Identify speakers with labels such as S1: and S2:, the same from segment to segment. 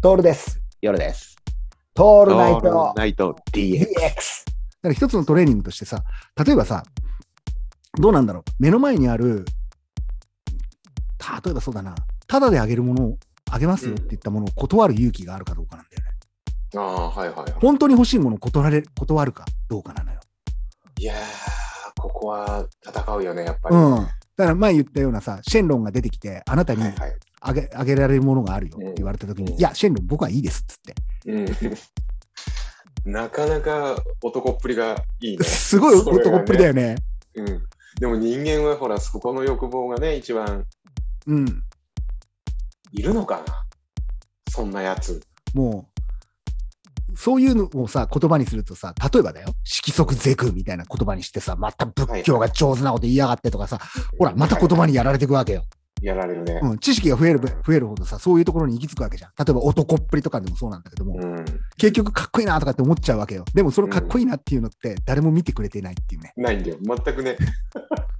S1: トールです。
S2: 夜です。
S1: ト
S2: オ
S1: ールナイト
S2: ナイト DX。
S1: DX。
S3: だから一つのトレーニングとしてさ、例えばさ、どうなんだろう、目の前にある、例えばそうだな、ただであげるものを、あげますよって言ったものを断る勇気があるかどうかなんだよね。
S2: ああ、はいはいは
S3: 本当に欲しいものを断られ断るかどうかなのよ。
S2: い。いやー、ここは戦うよね、やっぱり。
S3: うん。
S2: は
S3: だから前言ったようなさ、シェンロンが出てきて、あなた
S2: い
S3: に
S2: はい。
S3: あげあげられるものがあるよって言われた時に、
S2: うん
S3: いや、シェンロン、僕はいいですっつって。
S2: うん。 なかなか男っぷりがい いね。
S3: すごい男っぷりだよね。
S2: うん。でも人間はほら、そこの欲望がね、一番
S3: うん。
S2: いるのかな。そんなやつ。
S3: もう、そういうのをさ、言葉にするとさ、例えばだよ、色即是空みたいな言葉にしてさ、また仏教が上手なこと言いやがってとかさ、ほら、また言葉にやられていくわけよ。
S2: やられるね。
S3: うん、知識が増える増えるほどさ、そういうところに行き着くわけじゃん。例えば男っぷりとかでもそうなんだけども、
S2: うん。
S3: 結局かっこいいなとかって思っちゃうわけよ。でもそのかっこいいなっていうのって、誰も見てくれてないっていうね。
S2: ないんだよ。全くね。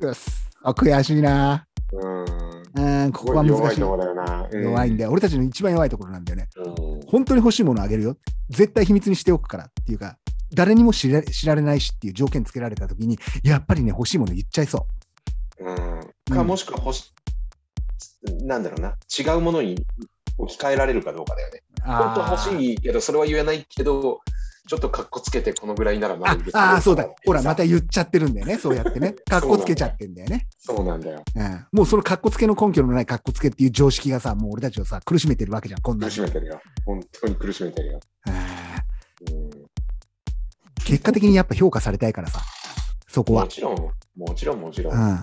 S3: うっすあ悔しいな。
S2: うん。
S3: うん、ここは難
S2: 弱い
S3: しい。
S2: とこ
S3: 弱
S2: だよな。うん
S3: いんだよ。俺たちの一番弱いところなんだよね。
S2: うん。
S3: 本当に欲しいものをあげるよ。絶対秘密にしておくからっていうか、誰にも知ら知られないしっていう条件つけられたときに、やっぱりね、欲しいもの言っちゃいそ
S2: うん、か
S3: うん
S2: もしくは欲し、なんだろうな、違うものに置き換えられるかどうかだよね。
S3: う。
S2: 本当は欲
S3: い。
S2: しいけど、それは言えないけど、ちょっとかっこつけてこのぐらいならま
S3: あ
S2: 許せる
S3: あー、そうだ。ほら、また
S2: さ
S3: 言っちゃってるんだよね。そうやってね。かっこつけちゃってんだよね。
S2: そうなんだよ。
S3: うん、もうそのかっこつけの根拠のないかっこつけっていう常識がさ、もう俺たちをさ、苦しめてるわけじゃん、こんなん
S2: 苦
S3: で
S2: しめてるよ。本当に苦しめてるよ。
S3: あ
S2: うん、
S3: ー結果的にやっぱ評価されたいからさ、そこ
S2: も
S3: は。
S2: ちろん、もちろん、もちろん。
S3: うん
S2: うん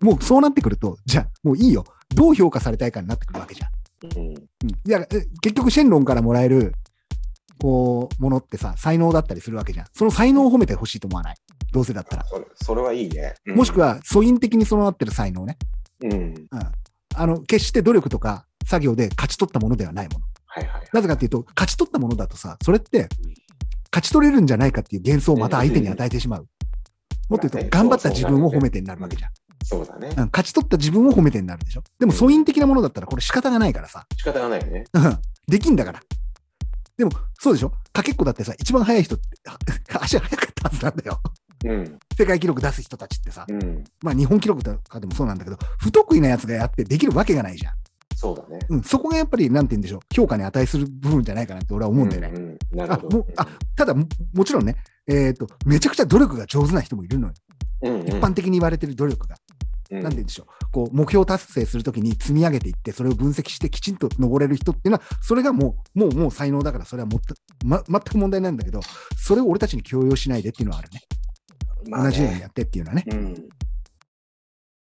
S3: もうそうなってくると、じゃあもういいよ。どう評価されたいかになってくるわけじゃん。
S2: うん
S3: うんいやえ結局シェンロンからもらえるこうものってさ才能だったりするわけじゃんその才能を褒めてほしいと思わないどうせだったら
S2: それそれはいいね。うん
S3: もしく、は素因的に備わってる才能ね、
S2: うん、
S3: うん、あの決して努力とか作業で勝ち取ったものではないもの
S2: はいはい。
S3: なぜかっていうと勝ち取ったものだとさそれって勝ち取れるんじゃないかっていう幻想をまた相手に与えてしまうもっと言うと頑張った自分を褒めてになるわけじゃん、
S2: そうだね
S3: う。ん、勝ち取った自分を褒めてになるでしょでも素因的なものだったらこれ仕方がないからさ
S2: 仕方がないよね。
S3: うんできんだから。でも、そうでしょかけっこだってさ、一番速い人って、 足速かったはずなんだよ。
S2: うん、
S3: 世界記録出す人たちってさ、
S2: うん、
S3: まあ日本記録とかでもそうなんだけど、不得意なやつがやってできるわけがないじゃん。
S2: そうだね。
S3: うん、そこがやっぱり、なんて言うんでしょう、評価に値する部分じゃないかなって俺は思うんだよね。
S2: うんうんなる
S3: あ
S2: ほ
S3: も
S2: ど
S3: う。あただも、もちろんね、えっ、と、めちゃくちゃ努力が上手な人もいるのよ。
S2: うん、
S3: 一般的に言われてる努力が。
S2: うん
S3: なんて言うんでしょう、こう目標達成するときに積み上げていって、それを分析してきちんと登れる人っていうのは、それがもう、もう、もう才能だから、それはもった、ま、全く問題ないんだけど、それを俺たちに強要しないでっていうのはあるね。
S2: まあね
S3: 同じようにやってっていうのはね。
S2: うん、